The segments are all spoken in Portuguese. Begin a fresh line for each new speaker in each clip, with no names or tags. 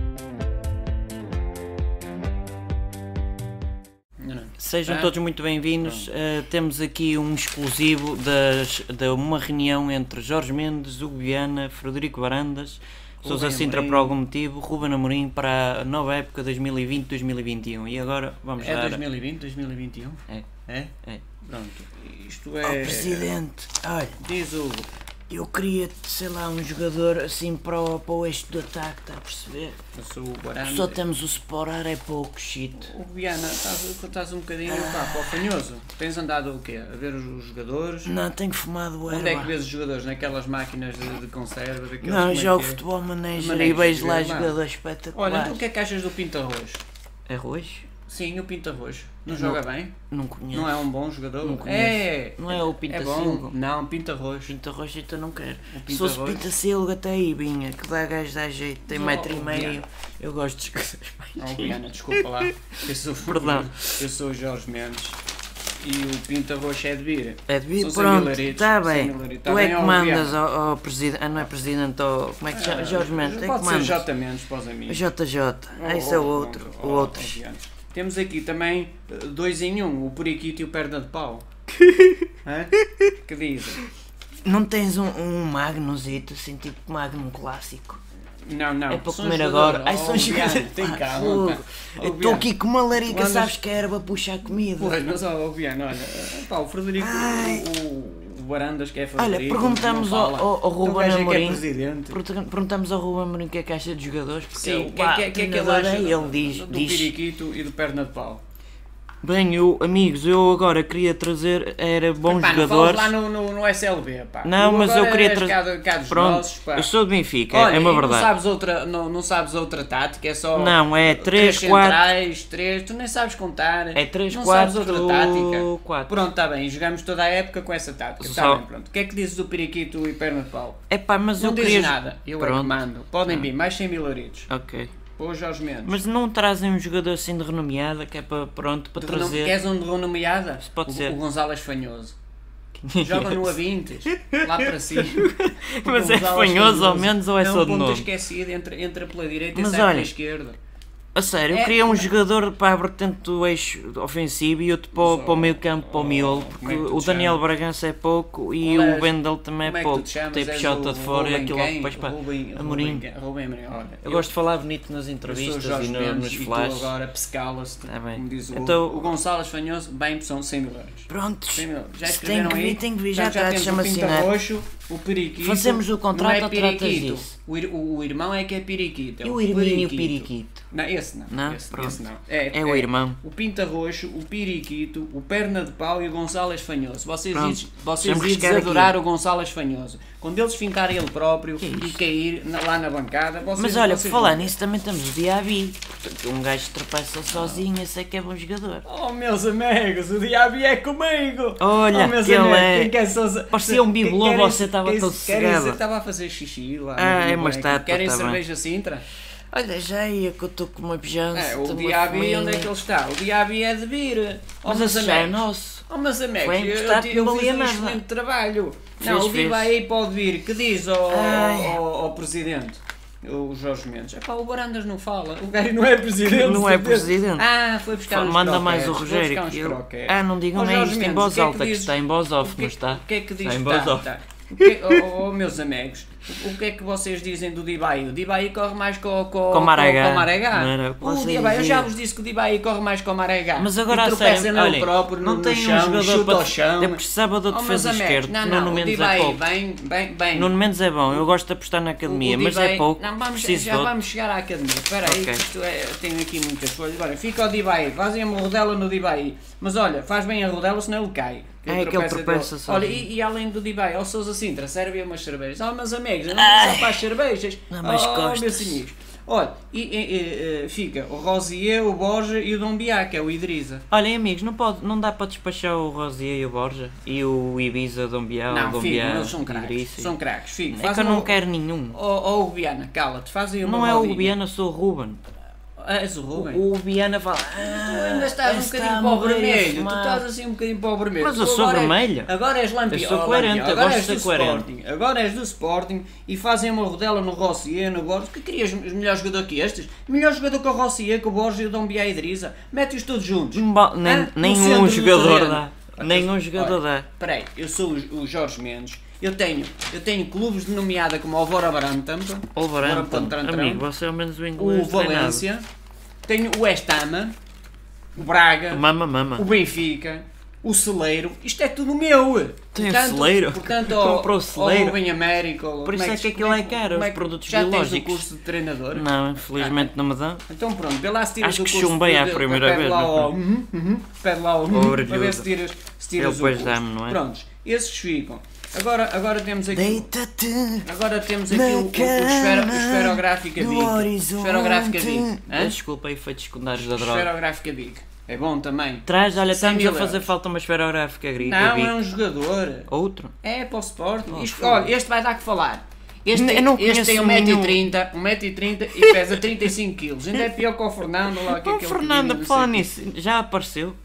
É.
Sejam todos muito bem-vindos. Uh, temos aqui um exclusivo das, de uma reunião entre Jorge Mendes, Hugo Viana, Frederico Varandas, Sousa Sintra por algum motivo, Ruben Amorim para a nova época 2020-2021. E agora vamos
É
dar.
2020, 2021?
É.
É?
É.
Pronto. Isto
Oh,
é.
presidente, olha,
Diz o.
eu queria, sei lá, um jogador assim para o, para o eixo do ataque, está a perceber?
Eu sou o
Só
Barano.
temos o Sporar, é pouco shit.
O Guiana, estás, estás um bocadinho
Ah.
pá, pá, fanhoso. Tens andado o quê? A ver os, os jogadores?
Não, tenho fumado erva.
Onde é que vês os jogadores? Naquelas máquinas de, de conserva? Daqueles, como
Não,
é que
jogo
é?
futebol manager
Manager,
e vejo lá
jogo lá.
jogadores espetaculares.
Olha, então o que é que achas do Pinto Arroz?
Arroz?
Sim, o Pinto Arroz. Não,
Não.
joga bem?
Não conheço.
Não é um bom jogador?
Não conheço.
é!
Não é o Pinta
é bom.
Silva?
Não, Pinto Arroz.
Pinta Arroz então não quero.
Pinta
Se fosse
Arroz?
Pinta Silva até aí vinha, que dá gajo dá jeito, tem
Mas,
metro
oh,
e meio.
Guiana.
Eu gosto de coisas mais.
Oh, Guiana, desculpa lá. Eu sou,
Perdão.
Eu sou o Jorge Mendes e o Pinto Arroz é de vir.
É de vir,
São
pronto,
similares,
está
são
bem.
similares. Tá
Tu é
bem,
que
ó,
mandas
Guiana.
ao, presidente, ah, não é presidente, ao, como é que se chama? Jorge Mendes, é que
Ah, Pode ser
mandas.
J Mendes para os amigos. Oh,
JJ, ah, esse é o outro,
pronto,
o
ó,
outro.
ó, Guiana. oh, Temos aqui também eh, dois em um, o Periquito e o Perna de Pau. Hã? Que dizem?
Não tens um, um magnozito, assim, tipo magnum clássico?
Não, não.
É para
são
comer
jogadores.
agora. Ai,
Oh,
são
Guiana,
jogadores.
Tem
Pá,
calma.
fogo.
Oh,
Eu estou
Guiana.
aqui com uma
Tu
larica,
andas-
sabes que é era para puxar comida.
Pois, mas ó, oh, Guiana, olha, pá, o Frederico, o, o Barandas que é Frederico.
Olha, perguntamos
não
ao,
fala.
ao, ao
Então, o
Ruben
gajo é que
Amorim.
É presidente.
pergun- perguntamos ao Ruben Amorim o que é que acha dos jogadores, porque
Sim, o que,
pá,
é que, é- que é que ele
treinador
acha
é,
do-
ele diz,
do
diz
periquito e do perna de pau?
bem, eu, amigos, eu agora queria trazer, era bom
Pá, não
Um jogador.
falas lá no, no, no SLB, pá.
Não,
Tu
mas
agora
eu queria
és
trazer.
cá do- cá dos
Pronto,
nossos, pá.
eu sou do Benfica,
Olha,
é uma
e
verdade.
Não sabes, outra, não, não sabes outra tática, é só.
Não, é três, quatro-
centrais, três, tu nem sabes contar.
É três,
não sabes
quatro,
outra tática.
quatro.
Pronto, está bem, jogamos toda a época com essa tática. Está
Só-
bem, pronto. O que é que dizes do periquito e perna de pau?
É pá, mas
Não
eu
diz
queria.
nada, eu é que
Pronto, Ah.
mando. Podem vir, mais 100 mil euritos.
ok.
Hoje aos menos.
Mas não trazem um jogador assim de renomeada que é para, pronto, para
Tu não
trazer.
queres um de renomeada?
pode
o,
ser.
O Gonzalez Fanhoso. Joga no A20, lá para cima. O
Mas é
Gonzalez
fanhoso ao menos ou é
um
só de
ponta
nome?
esquecido, entra, entra pela direita
Mas
e sai
olha,
pela esquerda.
A sério, eu
É-
queria um jogador para a vertente do eixo ofensivo e outro para,
Mas,
o- para o
oh,
meio campo, para o
oh,
miolo,
como é
porque
que tu te
o Daniel
chamas?
Bragança é pouco e
Mas,
o Wendel também
Como
é
é
pouco.
que tu te chamas?
Tem
És
pichota
o
de fora e
Rubem
aquilo é
quem?
depois pá.
Rubem,
Amorim.
Rubem, Rubem Amorim, olha.
Eu gosto de falar bonito nas entrevistas
sou o Jorge
e no-
Mendes
nos
e tu
flashes.
agora pescá-las,
Tá bem.
como diz o
Então-
Hugo. O Gonçalves Fanhoso, bem, são 100 mil euros.
Prontos,
Sim, meu, já
se tem
escreveram
que
aí.
vir, tem que vir, já
Portanto,
está,
temos
chama
o Pinta
assinar.
Roxo, o periquito.
Fazemos o
não
contrato,
é
tratas
periquito.
disso.
O, ir- o- o irmão é que é periquito. é
E o Irmínio
periquito.
Piriquito?
Não, esse não.
Não?
esse,
Pronto.
esse não.
É o irmão.
O Pinta Roxo, o Piriquito, o Perna de Pau e o Gonçalves Fanhoso. Vocês,
Pronto.
ides, vocês
Temos que
ides
chegar aqui.
adorar o Gonçalves Fanhoso. Quando eles fincarem ele próprio
é
e
isso?
cair na- lá na bancada, vocês
Mas olha, por
vocês
falar
vão ver.
nisso também temos o Diaby. Portanto, Um gajo tropeça sozinho, esse é que é bom jogador.
Oh, meus amigos, o diabo é comigo!
Olha,
oh, meus
que ele
amigos,
é-
quem quer só-
Parecia um bibelobo,
quem quer
você
isso-
estava
quem
todo
quer isso-
sossegado.
estava a fazer xixi lá. no
Ah, é uma
boneco.
estátua,
Querem
tá bem.
cerveja Sintra?
Olha, já ia que eu estou com uma pijança.
É,
tô
o
uma
diabo,
fominha.
onde é que ele está? O diabo é de vir! Oh,
Mas
meus
esse já é
amigos.
nosso.
Oh, meus amigos,
Foi
eu, eu,
emprestado,
tive- eu
não é?
fiz
valia
um
nada.
excelente trabalho.
Fez,
não, o
fez.
Viva aí pode vir. Que diz ao,
Ai.
ao, ao presidente? O Jorge Mendes. Epá, o Barandas não fala. O gajo não é presidente.
Não é
certeza.
presidente.
Ah, foi buscar uns
Manda mais o
croquetes, foi
Rogério.
buscar uns
que eu-
croquetes.
Ah, não digam
Ó,
nem
Jorge
isto em
Mendes, o
voz
que é que
alta, que
dizes-
está em voz off,
o que,
não está?
O que é que diz?
Está em
Tá,
voz off.
tá. O que- oh, oh, meus amigos, o, o que é que vocês dizem do Dibai? O Dibai corre mais com, com,
Com o Maragá.
com o Maragá.
Não era o que
O
vocês
Dibai, eu já
diziam.
vos disse que o Dibai corre mais com o Maragá.
Mas agora a
e tropeça
sério,
nele
olhem,
próprio, no,
não
no
tem um
chão,
jogador
chuta
para
ao chão.
Eu precisava de
Oh, meus
defesa
amigos,
esquerda,
não,
Nuno
não, o
Mendes é
Dibai
pouco.
bem, bem, bem.
Nuno Mendes é bom, eu gosto de apostar na academia,
O
mas é
Dibai-
pouco.
Não, vamos,
Preciso
já
de outro.
vamos chegar à academia. Espera aí,
Ok.
que isto é, eu tenho aqui muitas folhas. Agora, fica o Dibai, fazem uma rodela no Dibai. Mas olha, faz bem a rodela, senão ele cai.
É, que ele tropeça
dele.
sozinho.
Olha, e, e além do Dibai, ao Sousa Sintra, serve umas cervejas. Oh, meus amigos, eu não vou só para as cervejas.
Dá mais
oh,
costas.
meus amigos. Olha, e, e- e, eh, fica o Rosier, o Borja e o Dom Biá, que é o Idrisa.
Olhem amigos, não, pode, não dá para despachar o Rosier e o Borja e o Ibiza, Dom Biá, Ah, o É
não,
Dom
fica,
Biá,
eles são craques.
Idrissi.
São craques, fica.
É que eu não quero nenhum.
Oh, oh Biana, cala-te, faz aí uma
Não é o
rodinha. Ah,
Biana, sou o Ruben.
És o Ruben.
O, o Biana fala.
Tu
Ah,
ainda estás um bocadinho para o vermelho, tu estás assim um bocadinho para o vermelho.
Mas
Tu
eu sou
agora és-
vermelho.
Agora és Lampião.
Eu sou
oh,
coerente,
Lampião,
eu
agora
gosto
és
de
do
ser coerente.
Sporting. Agora és do Sporting e fazem uma rodela no Rossier, no Borges. Que querias melhor jogador que estes? Melhor jogador que o Rossier, que o Borges e o Dom Biá e Idrisa. Mete-os todos juntos.
Um ba- nem-
Hã? No centro
Nenhum
do
jogador
terreno.
dá.
Ah,
Nenhum
olha,
jogador dá.
Peraí, eu sou o, o Jorge Mendes. Eu tenho, eu tenho clubes de nomeada como o Vorabarantam,
Wolverhampton,
Wolverhampton,
amigo, você é ao menos um o
o
inglês treinado.
Valência, tenho o West Ham, o Braga,
Mama, mama.
o Benfica, o Celeiro, isto é tudo meu.
Tem celeiro?
Portanto,
Comprou
ao,
celeiro?
ao Rubem Américo,
Por isso
como
é que
se-
aquilo
como
é caro,
como
os produtos
já tens o
biológicos.
curso de treinador?
Não, infelizmente não me dá.
Então pronto, vê lá se tiras
Acho
o
que
curso
chumbei
de-
à
de-
primeira
pede
vez,
Lá
não Oh,
ao, uhum, uhum, pede lá ao uhum,
Orelhudo.
para ver se tiras, se tiras
Ele
o
depois
curso.
dá-me, não é?
Pronto, esses ficam. Agora, agora temos aqui...
Deita-te
Agora temos aqui
na
o, o, o, esfero, o é esferográfica
do
Big.
horizonte.
Esferográfica Big. é hã?
Desculpa, efeitos secundários da droga.
Esferográfica Big. É bom também.
Traz, olha,
Cem
estamos
mil
a fazer
euros.
falta uma esferográfica grita.
Não,
Bic.
é um jogador.
Outro?
É para o Sporting. Isto-
foda.
olha, este vai dar que falar. Este,
N- eu não
este tem
conheço
1,30m e pesa 35kg. Ainda é pior que o Fernando lá. Que é
Oh,
aquele
Fernando,
pequenino, não sei
fala
o quê.
nisso, já apareceu?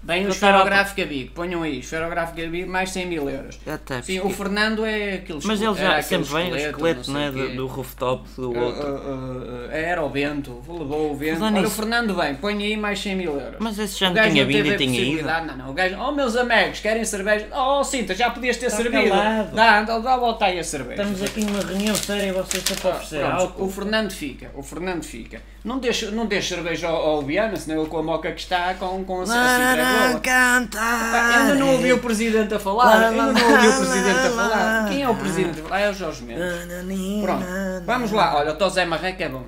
Bem, o
Eu tava-
esferográfico Big. Ponham aí. Esferográfico Big mais 100 mil euros.
Já está.
Sim, o Fernando é aquele
Mas ele
esqueleto-
já
era aquele
sempre vem, o esqueleto,
sei
né?
o
Do,
quê.
do rooftop do
Uh,
outro.
uh, uh, era o vento, levou o vento.
Falando
Olha, o
nisso-
Fernando bem, põe aí mais 100 mil euros.
Mas esse já
O
não
gajo
tinha
não
vindo
teve
e
a
tinha ido.
possibilidade, Não, não, o gajo, oh meus amigos, querem cerveja? Oh, Sinta, já podias ter servido.
Tá calado.
Dá, dá, dá, volta aí a cerveja. Ah,
Estamos aqui numa reunião séria e vocês estão para oferecer
Pronto,
álcool.
o Fernando fica, o Fernando fica. Não deixa, não deixa cerveja ao, ao Biana, senão ele com a moca que está, com, com a
Assim é
cerveja.
canta!
Ainda não ouvi o presidente a falar,
Lá, lá,
ainda não ouvi
lá,
o presidente a
lá, lá.
falar. Quem é o presidente a falar? É o Jorge Mendes. Pronto, vamos lá. Olha, o Tosé Marreca é bom.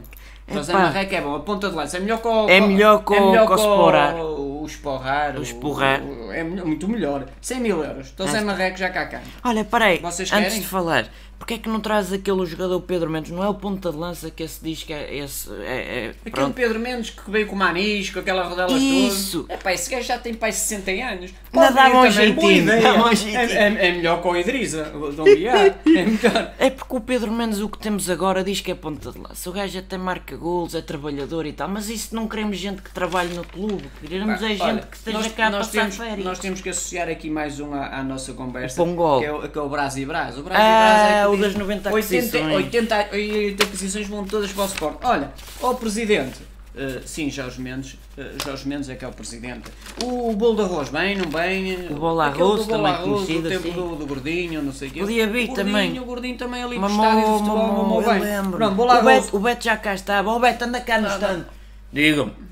O Tosé
Epá.
Marreca é bom. A ponta de lança é melhor que o.
É melhor que o- que o Esporar.
O Esporrar. O
Esporrar.
o- É melhor- muito melhor. 100 mil euros. Tosé Marreca já cá cá.
Olha, peraí,
Vocês
antes
querem?
de falar, porque é que não traz aquele jogador Pedro Mendes? Não é o ponta de lança que esse diz que é esse. É, é-
Aquele
pronto.
Pedro Mendes que veio com o Manis, com aquela rodela
Isso.
toda. Epá, esse gajo já tem pai 60 anos.
Mas dá
vir
bom
também, boa
jeitinho,
ideia.
dá bom jeitinho.
É, é- é melhor que o Idrisa, o Dom Biá. É melhor.
É porque o Pedro Mendes, o que temos agora, diz que é ponta de lança. O gajo até marca golos, é trabalhador e tal, mas isso não queremos gente que trabalhe no clube, queremos é gente
Olha,
que esteja
nós-
cá a
nós
passar
temos,
férias.
Nós temos que associar aqui mais um à, à nossa conversa.
O Pongol.
Que é o, que é o Brás e Brás. O Brás e Brás é
um Ah,
que
o
diz
das 90 aquisições.
80, 80, 80 posições vão todas para o Sport. Olha, ó Presidente. eh, sim, Jorge Mendes. eh, Jorge Mendes é que é o Presidente. O, o bolo de arroz, bem, não bem. eh,
O bolo de
aquele do
arroz,
bolo de
também
arroz,
conhecido,
O tempo
sim.
do, do gordinho, não sei o quê.
O Dia B
gordinho,
também.
O gordinho também é ali no estádio de
Mamou,
futebol.
mamou,
mamou
eu
bem.
lembro.
Pronto, bolo de
o,
arroz.
Beto, o Beto já cá estava. Ó Beto, anda cá no stand. Diga-me.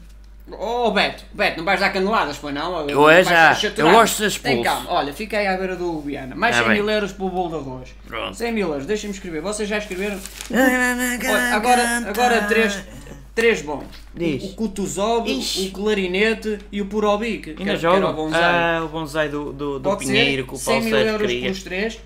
Oh Beto, Beto, não vais dar caneladas, pois não?
Eu
Não
é
vais
já.
saturar.
Eu gosto de ser expulso.
Tem calma, olha, fica aí à beira do Biana. Mais
Tá
100
bem.
mil euros pelo bolo de arroz.
Pronto.
100 mil euros, deixem-me escrever. Vocês já escreveram? Olha, agora, agora três, três bons.
Diz.
O Kutuzov,
Ixi.
o Clarinete e o Purobic.
Ainda
que era o
joga?
bonsai.
Ah, o bonsai do, do, do
Pode ser?
Pinheiro que o
100
Paulo
mil
Sérgio
euros
queria.
pelos três.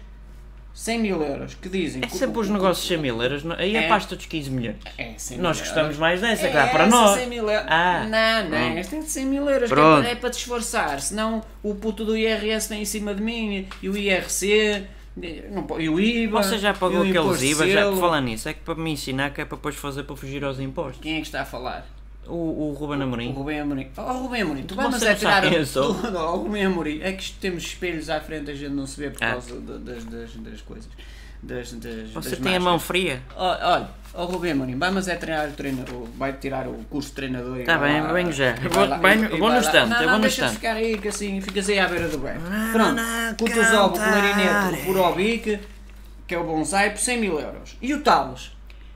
100 mil euros, que dizem?
É
que o-
sempre os
o-
negócios de 100 mil euros. não- Aí a
É.
pasta dos 15 milhões.
É, 100 mil
Nós
euros.
gostamos mais dessa,
É,
cá para
essa
nós.
100 mil euros.
Ah,
não, não,
pronto.
esta é de 100 mil euros, que é
Pronto.
para- é para te esforçar, senão o puto do IRS vem em cima de mim e o IRC e não po- e o IVA.
Você já
e o
pagou aqueles
imposto de
IVA, já
selo.
por falar nisso. É que para me ensinar que é para depois fazer para fugir aos impostos.
Quem é que está a falar?
O, o Ruben
O
Amorim.
Rubem Amorim. Oh, Rubem Amorim, tu
Você
vais mas
não
é
sabe
tirar.
quem eu sou?
Tu, não, Rubem Amorim, é que isto temos espelhos à frente, a gente não se vê por
Ah.
causa da- das, das, das coisas. Das, das,
Você
das
tem a
máscaras.
mão fria?
Ó- Olha, o Rubem Amorim, vai mas é treinar o treinador, vai tirar o curso de treinador e
Tá
vai
bem,
lá-
venho já.
e
Vou-
vai lá-
bem-
e- e
vou
vai
no
lá.
instante,
Não,
eu
não,
vou no
deixa de
instante.
ficar aí que assim, ficas aí à beira do break.
não,
Pronto,
não,
Kutuzobo, o
cantar.
clarinete, o Purobic, que é o bonsai, por 100 mil euros. E o Talos,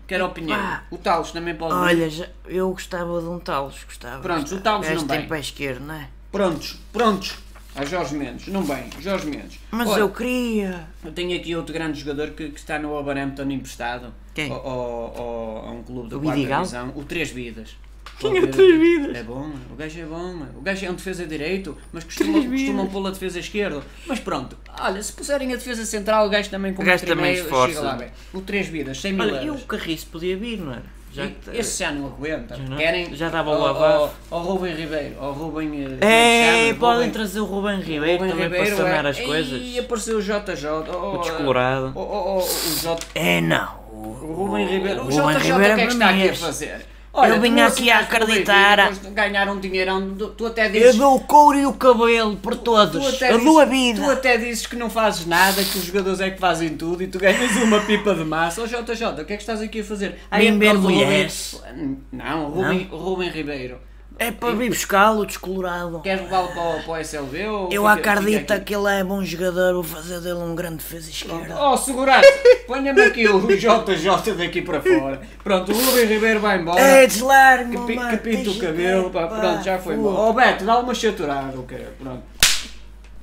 que era o Pinheiro. O Talos também pode vir.
Olha, já- eu gostava de um Talos, gostava.
Pronto,
gostava.
o Talos
Gajo
não
tem
vem.
pé esquerdo, não é?
Prontos, prontos. A Jorge Mendes, não bem, Jorge Mendes.
Mas
Olha,
eu queria.
Eu tenho aqui outro grande jogador que, que está no Wolverhampton emprestado.
Quem?
Ao, ao- ao- a um clube da
O
quarta
Vidigal?
divisão. O Três Vidas.
Quem é o Três Vidas?
É bom, o gajo é bom. O gajo é um defesa direito, mas costuma, costumam pô-lo a defesa esquerda. Mas pronto, olha, se puserem a defesa central, o gajo também com um
O gajo
metro e
também
meio
esforça.
chega lá bem. O Três Vidas, 100 mil
Olha, e
euros.
o Carriço podia vir, não era? Já que-
Esse já não aguenta.
não?
Querem?
Já dava o
Ó-
abafo.
ó- ó Rubem Ribeiro, ao Rubem. eh, como é que
É,
chama?
podem
Rubem-
trazer o Ruben Ribeiro
Rubem
também
Ribeiro,
para sanar
é.
as coisas.
E apareceu o JJ. Oh,
O descolorado.
oh, oh, oh, o J-
É, não. O
o Rubem Ribeiro. O
Ruben
JJ, o que
Ribeiro
é que está aqui a
Menezes.
fazer? Olha,
Eu vim
tu não
aqui a
aceitaste o convite e
acreditar.
depois de Ganhar um dinheirão, tu- tu até
Eu
dizes.
dou o couro e o cabelo por
tu
todos.
até
Eu dou a
dizes- Tu
vida.
até dizes que não fazes nada, que os jogadores é que fazem tudo e tu ganhas uma pipa de massa. Ó JJ, o que é que estás aqui a fazer? Ah,
Vim
é por
ver
causa do
mulheres.
Rubem- Não, o Rubem, o Rubem Ribeiro.
É para vir buscá-lo descolorado.
Queres levá-lo para, o- para o SLV ou.
Eu
fica-
acredito
fica aqui?
que ele é bom jogador, vou fazer dele um grande defesa esquerda.
Oh, segurado! Ponha-me aqui o JJ daqui para fora. Pronto, o Rubem Ribeiro vai embora.
É, deslargue-me,
Capi-
mano,
Capita o
deixa
cabelo,
quieto,
pá, pronto, já foi
fogo.
embora. Ó Beto, dá uma chaturada, o quê? Pronto,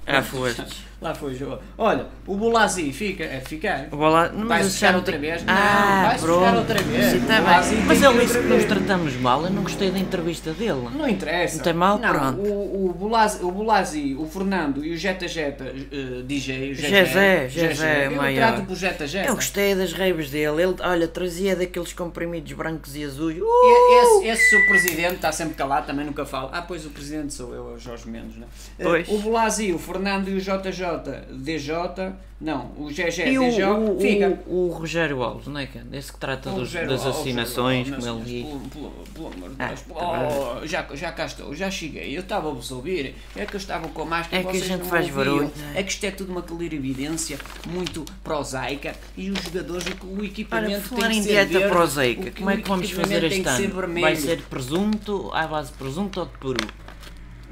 Ah, foste.
lá foi o jogo. Olha, o Bolazi fica, é ficar.
Vou lá. Não,
Vai
mas
jogar
já
outra
tem-
vez? Não,
Ah,
vai
pronto.
jogar outra vez.
Sim, tá
Não,
bem.
assim tem
Mas
que
ele disse que
aprender.
nos tratamos mal. Eu não gostei da entrevista dele.
Não interessa.
Não tem mal?
Não,
Pronto.
O, o, Bolazi, o Bolazi, o Fernando e o Jeta Jeta eh, DJ, o
Jezé,
Jezé,
Jezé,
Eu
maior.
trato por Jeta Jeta.
Eu gostei das raves dele. Ele, olha, trazia daqueles comprimidos brancos e azuis. Uh!
E- Esse, esse seu presidente está sempre calado, também nunca fala. Ah, pois o presidente sou eu, é o Jorge Mendes, né? Eh,
Pois.
O Blasi, o Fernando e o JJ, DJ, não, o GG,
E o,
DJ,
o,
é fica.
o, o Rogério Alves, não é que? Esse que trata
O
dos-
Rogério
das
Alves,
assinações,
Rogério
como
Alves,
ele diz.
pelo- pelo- pelo amor de
Ah,
Deus.
tá
Oh, já, já cá estou, já cheguei. Eu estava a vos ouvir, é que eu estava com a máscara.
É que a
vocês
gente
não
faz
ouviam.
barulho, não é?
É que isto é tudo uma clarividência muito prosaica e os jogadores, o equipamento
Olha,
tem
falar
que
em
ser
dieta
verde,
prosaica,
o-
como é que
o
vamos
equipamento
fazer
tem que
este
ser
ano? Vai
vermelho.
ser presunto, à base de presunto ou de peru?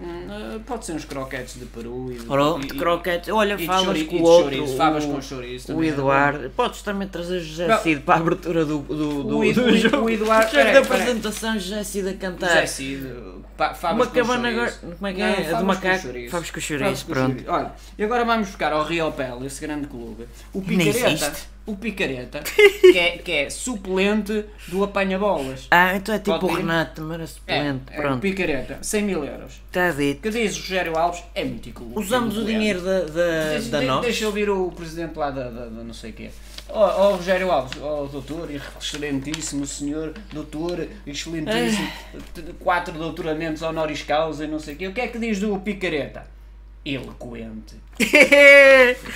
Hum, eh, Pode ser uns croquetes de peru e de,
Pronto,
e- e-
croquetes. Olha,
e de
falas
chouri-
com
e
o
de
outro.
chouriço,
o-
favas com chouriço
O
também é bom.
Eduardo. Podes também trazer José
Não.
Cid para a abertura do, do, do,
O Edu-
do
o Edu-
jogo.
o Eduardo-
Cheiro
peraí,
da
peraí.
apresentação, José Cid a
José
cantar.
Cid, pa- favas
Uma
com
cabana
chouriço.
agora- como é que
Não,
é?
favas
A do
com
macaco,
chouriço.
favas com chouriço,
Favas com
pronto.
chouriço. Olha, e agora vamos buscar ao Rio Pel, esse grande clube. O
Nem
Picareta,
existe.
o Picareta, que é, que é suplente do apanha-bolas.
Ah, então é tipo
Pode
o
ir?
Renato, mas era suplente.
é, é o
Pronto,
Picareta, 100 mil euros.
está dito.
Que diz Rogério Alves, é mítico.
Usamos o dinheiro da, da,
é. Deixa-
da
de-
nós.
Deixa eu ouvir o presidente lá da, da- da não sei o quê. Ó ó, Rogério Alves, ó doutor, excelentíssimo senhor, doutor, excelentíssimo,
Ah.
t- quatro doutoramentos honoris causa e não sei o quê. O que é que diz do Picareta? Eloquente.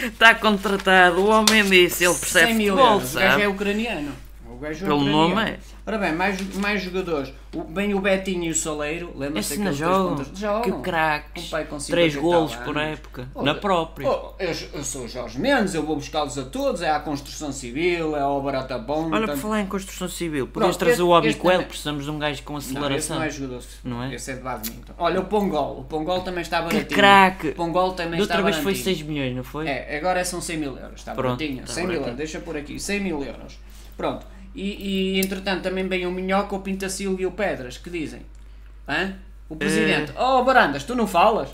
Está contratado, o homem disse, ele percebe
100 mil
futebol,
euros. O gajo é
sabe?
ucraniano. O gajo é
Pelo
ucraniano.
nome é.
Ora bem, mais, mais jogadores. O, bem o Betinho e o Soleiro, lembra-se
Esse não
daqueles
jogam,
dois pontas? Jogam.
que craques,
Um pai com 50
três
e tal
golos por
anos.
época,
Oh,
na própria.
oh, eu, eu sou o Jorge Mendes, eu vou buscá-los a todos, é à construção civil, é ao Barata Bom.
Olha, por
portanto-
falar em construção civil, podias
Pronto,
trazer o
este- este
Obiquel,
também-
precisamos de um gajo com
não, esse
aceleração.
não é jogador. de futebol,
Não é?
Esse é de badminton. Olha, o Pongol. O Pongol também está baratinho.
craque!
O Pongol também
De outra
está
vez foi
baratinho.
6 milhões, não foi?
É, agora são 100 mil euros, está
Pronto, tá
prontinho.
está
100 mil
baratinho.
euros, deixa por aqui, 100 mil euros. Pronto. E, e, entretanto também vem o Minhoca, o Pintacil e o Pedras, que dizem. Hã?
Eh,
O presidente. Oh Barandas, tu não falas?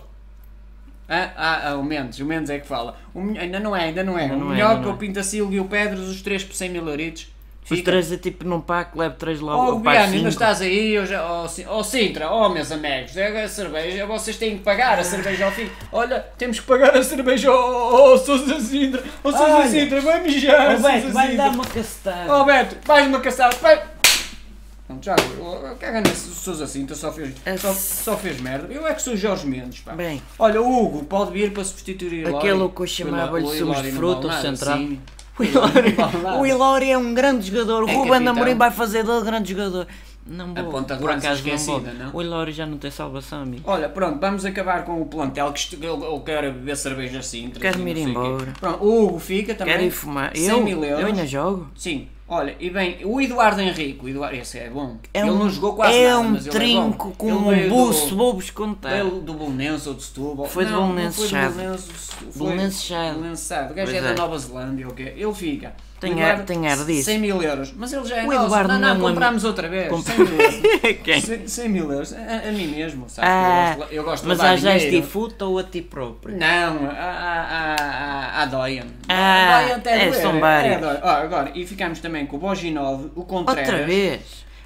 Hã? Ah, ah, o Mendes, o Mendes é que fala. O Minho- ainda não é, ainda não é. o
não é,
Minhoca,
ainda não é.
o Pintacil e o Pedras, os três por 100 mil euritos.
Os
Fica-
3 é tipo num pack, levo 3
Oh,
logo, eu pago
Guilherme, ainda
5.
estás aí, eu já, oh, Cin- oh, Sintra, oh meus amigos, é a cerveja, vocês têm que pagar a cerveja ao fim. Olha, temos que pagar a cerveja, oh, oh Sousa Sintra, oh Sousa
Olha.
Sintra, vai mijar,
Oh,
Sousa
Beto, vai
Sintra.
dar uma cacetada.
Oh Beto, vais-me caçar, vai. Pronto, já, oh, caga nesse Sousa Sintra, só fez,
É.
só, só fez merda. Eu é que sou Jorge Mendes, pá.
Bem.
Olha, o Hugo pode vir para substituir o
Aquele
Ilori.
que eu
O
chamava-lhe
Ilori- o
sumos de
Ilori não
fruta,
vale
o
nada,
central.
sim.
O
não vale nada.
Ilori, o Ilori é um grande jogador, o
É
Ruben
capitão.
Amorim vai fazer dele grande jogador. Não
A
vou,
ponta de
por
lança
acaso não vou.
esquecida, não?
O Ilori já não tem salvação, amigo.
Olha, pronto, vamos acabar com o plantel que isto- eu, eu quero beber cerveja assim.
Quero-me ir embora.
Pronto, o Hugo fica também.
Querem fumar?
100
Eu,
mil euros.
eu ainda jogo?
Sim, olha, e bem, o Eduardo Henrique, o Eduardo, esse é bom.
É
ele
um,
não jogou quase
é
nada,
um
mas ele
trinco
é bom.
com
Ele
um
veio do-
buço, vou-vos contar.
Veio do Bolonense ou de Setúbal.
É. Foi de
Não, não
Bolonense,
foi de
chave.
Bolonense, foi-
Bolonense, chave.
Bolonense, chave. O gajo é,
Pois
da
é.
Nova Zelândia, ou o quê? Ele fica.
Tem
O
ar- tem ar disso.
100 mil euros. Mas ele já é
O
nosso.
Eduardo
não, não,
não é-
comprámos outra vez.
Comp-
100 mil euros.
Quem?
100, mil euros, a, a mim mesmo, sabes? que
Ah,
eu gosto, eu gosto de
mas
levar
às vezes
dinheiro.
difuta ou a ti próprio?
Não, a, a, a, a, a dói
Ah,
Dói até
é,
doer,
são várias.
dói. Ó, agora, e ficamos também com o Boginov, o Contreras.
Outra vez?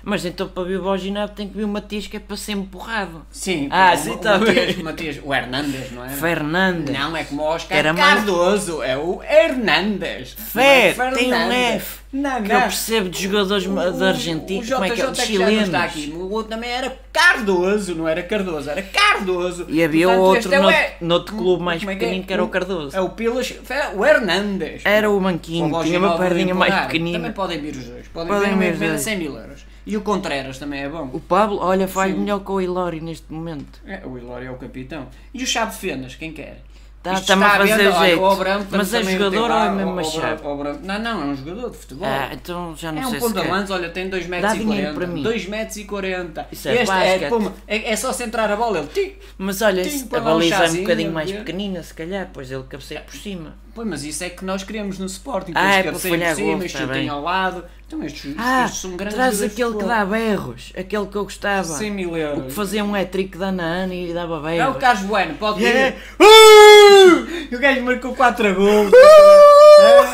Mas então para vir o Boginab tem que vir uma tisca para ser empurrado.
Sim.
Ah,
o-
sim,
o
tá
Matias-
bem.
o Matias, o Hernandes, não é?
Fernandes.
Não, é como o Oscar
Era mais-
Cardoso, é o Hernandes.
Fer,
não é
tem um
Fernandes.
F.
Não,
Que
não.
eu percebo de jogadores ma- da Argentina,
o
como é que é?
JJ
Os
que já não está aqui.
chilenos.
O outro também era Cardoso, não era Cardoso, era Cardoso.
E havia
Portanto,
outro
este é o
nout-
E-
noutro clube mais
como é
pequenino que era o Cardoso.
É o Pilas, é o Hernandes.
Era o
Ou
Manquinho,
o
tinha uma
Boginov,
perninha mais
Rinconar. Também
pequenina.
podem vir os dois. Podem,
Podem
vir,
vir
uma
os
encomenda
dois.
de 100 mil euros. E o Contreras também é bom.
O Pablo, olha, faz
Sim.
melhor que o Hilori neste momento.
É, o Hilório é o capitão. E o Chave Fendas, quem quer?
Tá-
Isto
tá-me
está
a fazer
venda, olha,
jeito.
o Abramo
Mas é
também o tem
jogador
lá,
ou é mesmo
o- o
uma
Abramo-
chave?
o Abramo- Não, não, é um jogador de futebol.
Ah, então já não
É
sei
um
se
ponta
quer.
lança, olha, tem 2 metros
Dá
e
dinheiro
40.
para mim.
2 metros e 40.
Isso
este
é
é,
basquete.
puma, é, é só centrar a bola, ele tic.
Mas olha,
Tem
se-
para
a
dar um
baliza é um
chazinho,
bocadinho mais
ver.
pequenina, se calhar, pois ele cabeceia por cima.
Pois, mas isso é que nós queremos no Sporting.
Ah,
Ah,
é
é
para
por
falhar
cima,
golos,
este
está bem.
ao lado. Então estes,
Ah,
estes são grandes
traz
jogadores de
aquele que
futebol.
dá berros, aquele que eu gostava.
100 mil
O
euros.
que fazia um hat-trick da Ana e dava berros.
É o Carlos Bueno, pode vir.
É.
E o gajo marcou 4 gols.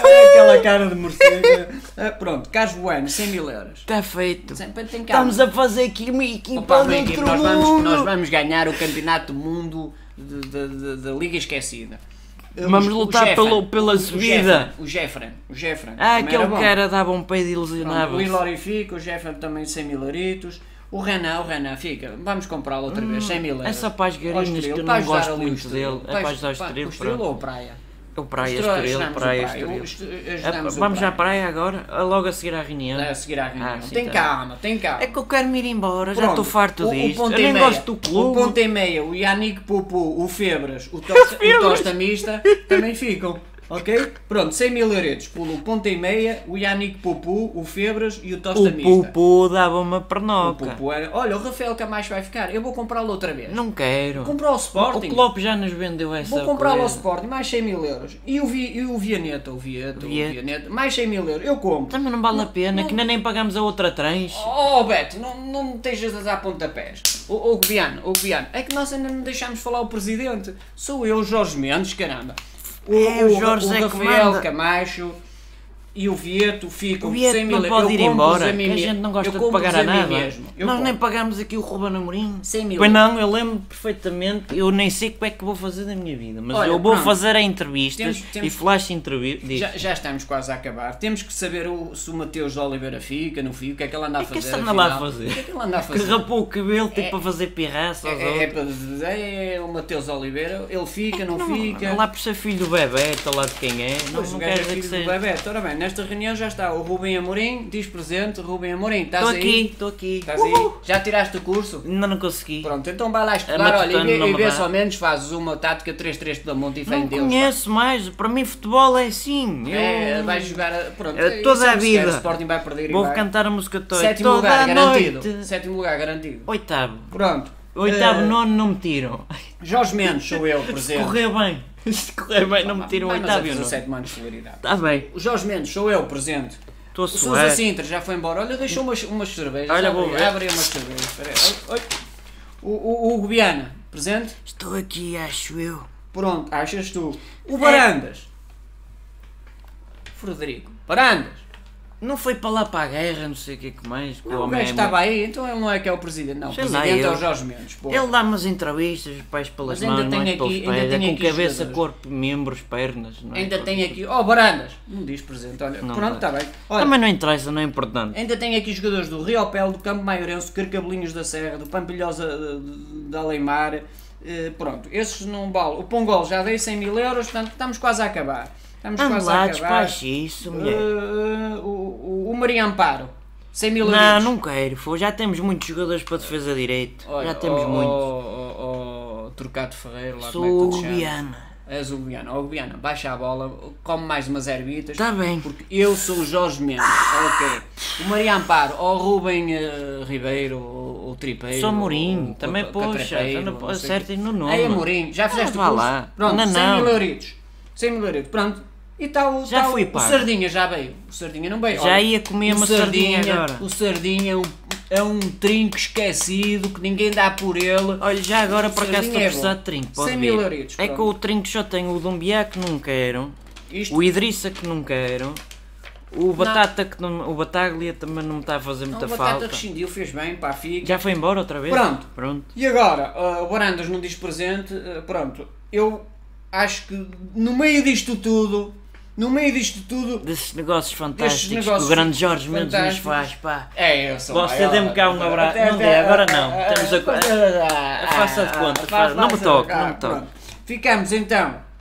É, aquela cara de morcego. Ah, pronto, Carlos Bueno, 100 mil euros.
Está Tá feito.
Sempre tem calma.
Estamos a fazer aqui uma equipa
Opa, minha
dentro
equipe,
do
nós, vamos,
mundo.
nós vamos ganhar o campeonato do mundo de- de- de- da Liga Esquecida.
Vamos
O- o
lutar
Jeffran,
pelo- pela
o- o
subida.
Jeffran, O Jeffran, o Jeffran.
Ah,
também era
aquele
é bom.
cara dava um peido e
Pronto, o
ilusionava.
Hilori fica, o Jeffran também 100 mil euritos. O Renan, o Renan fica, vamos comprá-lo outra vez, 100 mil euros.
é só para as garinhas
Ao
que eu
Estoril,
não
para ajudar
gosto
ali o
muito
Estoril.
dele. É para ajudar o
pá,
Estoril, pronto.
ou o Praia?
O Praia
Estoril,
Estoril,
ajudamos o
Praia
O
Estoril.
Est-
Ah,
Ajudamos o
Vamos à
Praia.
praia agora, ah, logo a seguir à reunião.
É, né? A seguir à reunião.
sim,
tem
tá.
calma, tem calma.
É que eu quero me ir embora, já
Pronto,
estou farto
o- o
disto.
ponto
Eu
e
nem
meia,
gosto do clube.
O ponto e meia, o Yannick Pupu, o Febras, o, tosta, o Tosta Mista também ficam. Ok? Pronto, 100 mil euros pelo ponto e meia, o Yannick Pupu, o Febras e o Tosta
O
Mista.
Pupu dava uma
é O
pernoca.
Pupu era. Olha, o Rafael Camacho vai ficar, eu vou comprá-lo outra vez.
Não quero.
Comprar ao
O
Sporting.
Klopp já nos vendeu essa
Vou comprá-lo ao
coisa.
Sporting, mais 100 mil euros. E o, Vi, e o Vianeta, o Vieta, o
Vieta.
Vianeta, mais 100 mil euros, eu compro.
Também não vale a pena, que ainda nem pagámos a outra trans.
Oh Beto, não, não me estejas a dar pontapés. O, o Guiano, o Guiano, é que nós ainda não deixámos falar o presidente. Sou eu, Jorge Mendes, caramba. O,
É, o Jorge é que
Rafael
manda.
Camacho e o Vieto ficam
O
com
Vieto
100 mil
não pode
eu
ir
compro-os
embora,
a mim
que a
me-
gente não gosta
eu
de
compro-os
pagar
a
a
mim
nada.
mesmo. Eu
Nós nem
compro.
pagámos aqui o Ruben Amorim.
100 mil.
Pois não, eu lembro perfeitamente, eu nem sei como é que vou fazer da minha vida, mas
Olha,
eu vou
pronto.
fazer a entrevistas
Temos- temos-
e flash entrevistas.
já, já estamos quase a acabar. Temos que saber o, se o Mateus de Oliveira fica, não fica, o que é que ele anda a
O que é que
fazer.
esse anda lá a
afinal?
fazer?
O que é que ele anda a
Que
fazer?
rapou o cabelo tipo para fazer pirraça aos
É, é,
outros.
para dizer, é, o Mateus Oliveira, ele fica, não, fica.
É Lá por ser filho do bebê, está lá de quem é, não,
Pois,
não
o
quero
gajo é
dizer que
filho do
seja.
Bebeto. Ora bem, nesta reunião já está o Rubem Amorim, diz presente, Rubem Amorim, estás
Estou
aí?
aqui, estou aqui.
Estás aí? Já tiraste o curso?
Ainda não
Tá
consegui.
assim. Pronto, então vai lá estudar,
matutano
olha, e vê-
não
e
me
vê
dá.
se ao menos fazes uma tática 3-3 pela monte e fé em
Não
Deus.
conheço mais, para mim futebol é assim.
pá.
Eu
É, vais jogar, a- pronto,
É,
isso
toda
é
a
o que se quer,
vida.
O Sporting vai perder e
vou
vai.
cantar a música to- toda,
Sétimo lugar
a
garantido.
noite.
Sétimo lugar garantido.
Oitavo.
Pronto.
Oitavo,
Eh,
nono não me tiram.
Jorge Mendes sou eu, presente.
Correu bem. Se correr bem, não me tiram o
Vai, mas
oitavo
é
e o nono.
17 anos de celeridade.
Está bem.
O Jorge Mendes, sou eu, presente.
Estou a
O Sousa
suar.
Sintra já foi embora. Olha, deixou umas, umas cervejas.
Olha,
abre,
vou ver.
Abre umas cervejas. Espera aí. Oi, oi. O, o, o Hugo Viana, presente?
Estou aqui, acho eu.
Pronto, achas tu.
É.
O Barandas. Frederico. Barandas.
Não foi para lá para a guerra, não sei o que é que mais. que o
Ah, O
homem é
gajo estava aí, então ele não é que é o presidente. Não, o
Sei lá,
presidente é
eu.
o Jorge Mendes. pô.
muito- Ele dá umas entrevistas, os pés pelas
Mas ainda
mãos, não
tenho
é pelos
aqui- ainda
pés, é
tenho
com
aqui
cabeça,
jogadores.
corpo, membros, pernas, não é?
Ainda
Qualquer
tem
coisa.
aqui. Oh, Barandas. Não diz presente, olha.
Não Ah,
Pronto,
dá.
está bem. Olha,
Também não interessa, não é importante.
Ainda tem aqui jogadores do Riopel, do Campo Maiorense, Carcabelinhos da Serra, do Pampilhosa eh, da Leimar. eh, pronto, esses não vale. O Pongol já dei 100 mil euros, portanto estamos quase a acabar. Estamos
Vamos
quase
lá,
a acabar.
despacha isso,
Eh,
mulher.
eh, o, o, o Maria Amparo, 100 mil
Não,
euros.
não quero. Foi. Já temos muitos jogadores para defesa direito. Já temos
oh,
muitos.
Oh, oh, oh, Trocado Ferreiro, lá
Sou
como é que tu te chamas?
Rubiana.
És o Guiana. Oh, Guiana, baixa a bola, come mais umas erbitas.
Está Tá bem.
Porque eu sou o Jorge Mendes, ok. O Maria Amparo, ou o Rubem eh, Ribeiro, ou ou o Tripeiro.
Sou Mourinho,
ou o
também,
Ca-
poxa,
Catrapeiro,
já não
sei o quê.
acertem no nome. Ah,
Aí é Mourinho, já fizeste
vá
o curso?
lá.
Pronto,
Não,
100 mil
não.
euritos. 100 mil euritos, pronto. E está o,
Já
tá o-
fui
o
pago.
Sardinha, já veio. O Sardinha não veio.
Já ia comer
o
uma sardinha agora.
O Sardinha é um, é um trinco esquecido que ninguém dá por ele.
Olha, já agora por
Sardinha
acaso estou a
é
precisar
bom.
de trinco. Pode
100
vir.
mil euritos,
É que
pronto.
o trinco já tenho o Dumbiá que não quero.
Isto
O Idrissa que não quero. O Batata que não, o Bataglia também não me está a fazer
não,
muita
o Batata
falta.
rescindiu, fez bem, pá, fica.
Já foi embora outra vez?
Pronto.
Pronto.
E agora, ah, o Barandas não diz presente, ah, pronto, eu acho que no meio disto tudo, no meio disto tudo,
Desses negócios fantásticos
negócios
que o grande Jorge Mendes nos
fantásticos.
faz, pá.
é isso.
Você dê-me cá um abraço. Não dê, agora não. Estamos a-
a...
Faça de conta, faz- não me toque, não me toque.
Ficamos ah, então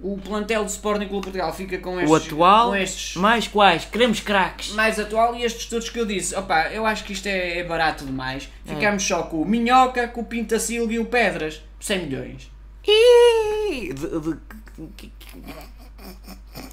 O plantel do Sporting Clube de Portugal fica com estes,
O atual,
com estes
mais quais? Queremos craques.
mais atual e estes todos que eu disse. Opa, eu acho que isto é, é barato demais.
É.
Ficamos só com o Minhoca, com o Pinta Silva e o Pedras. 100 milhões.
Ih, de- de-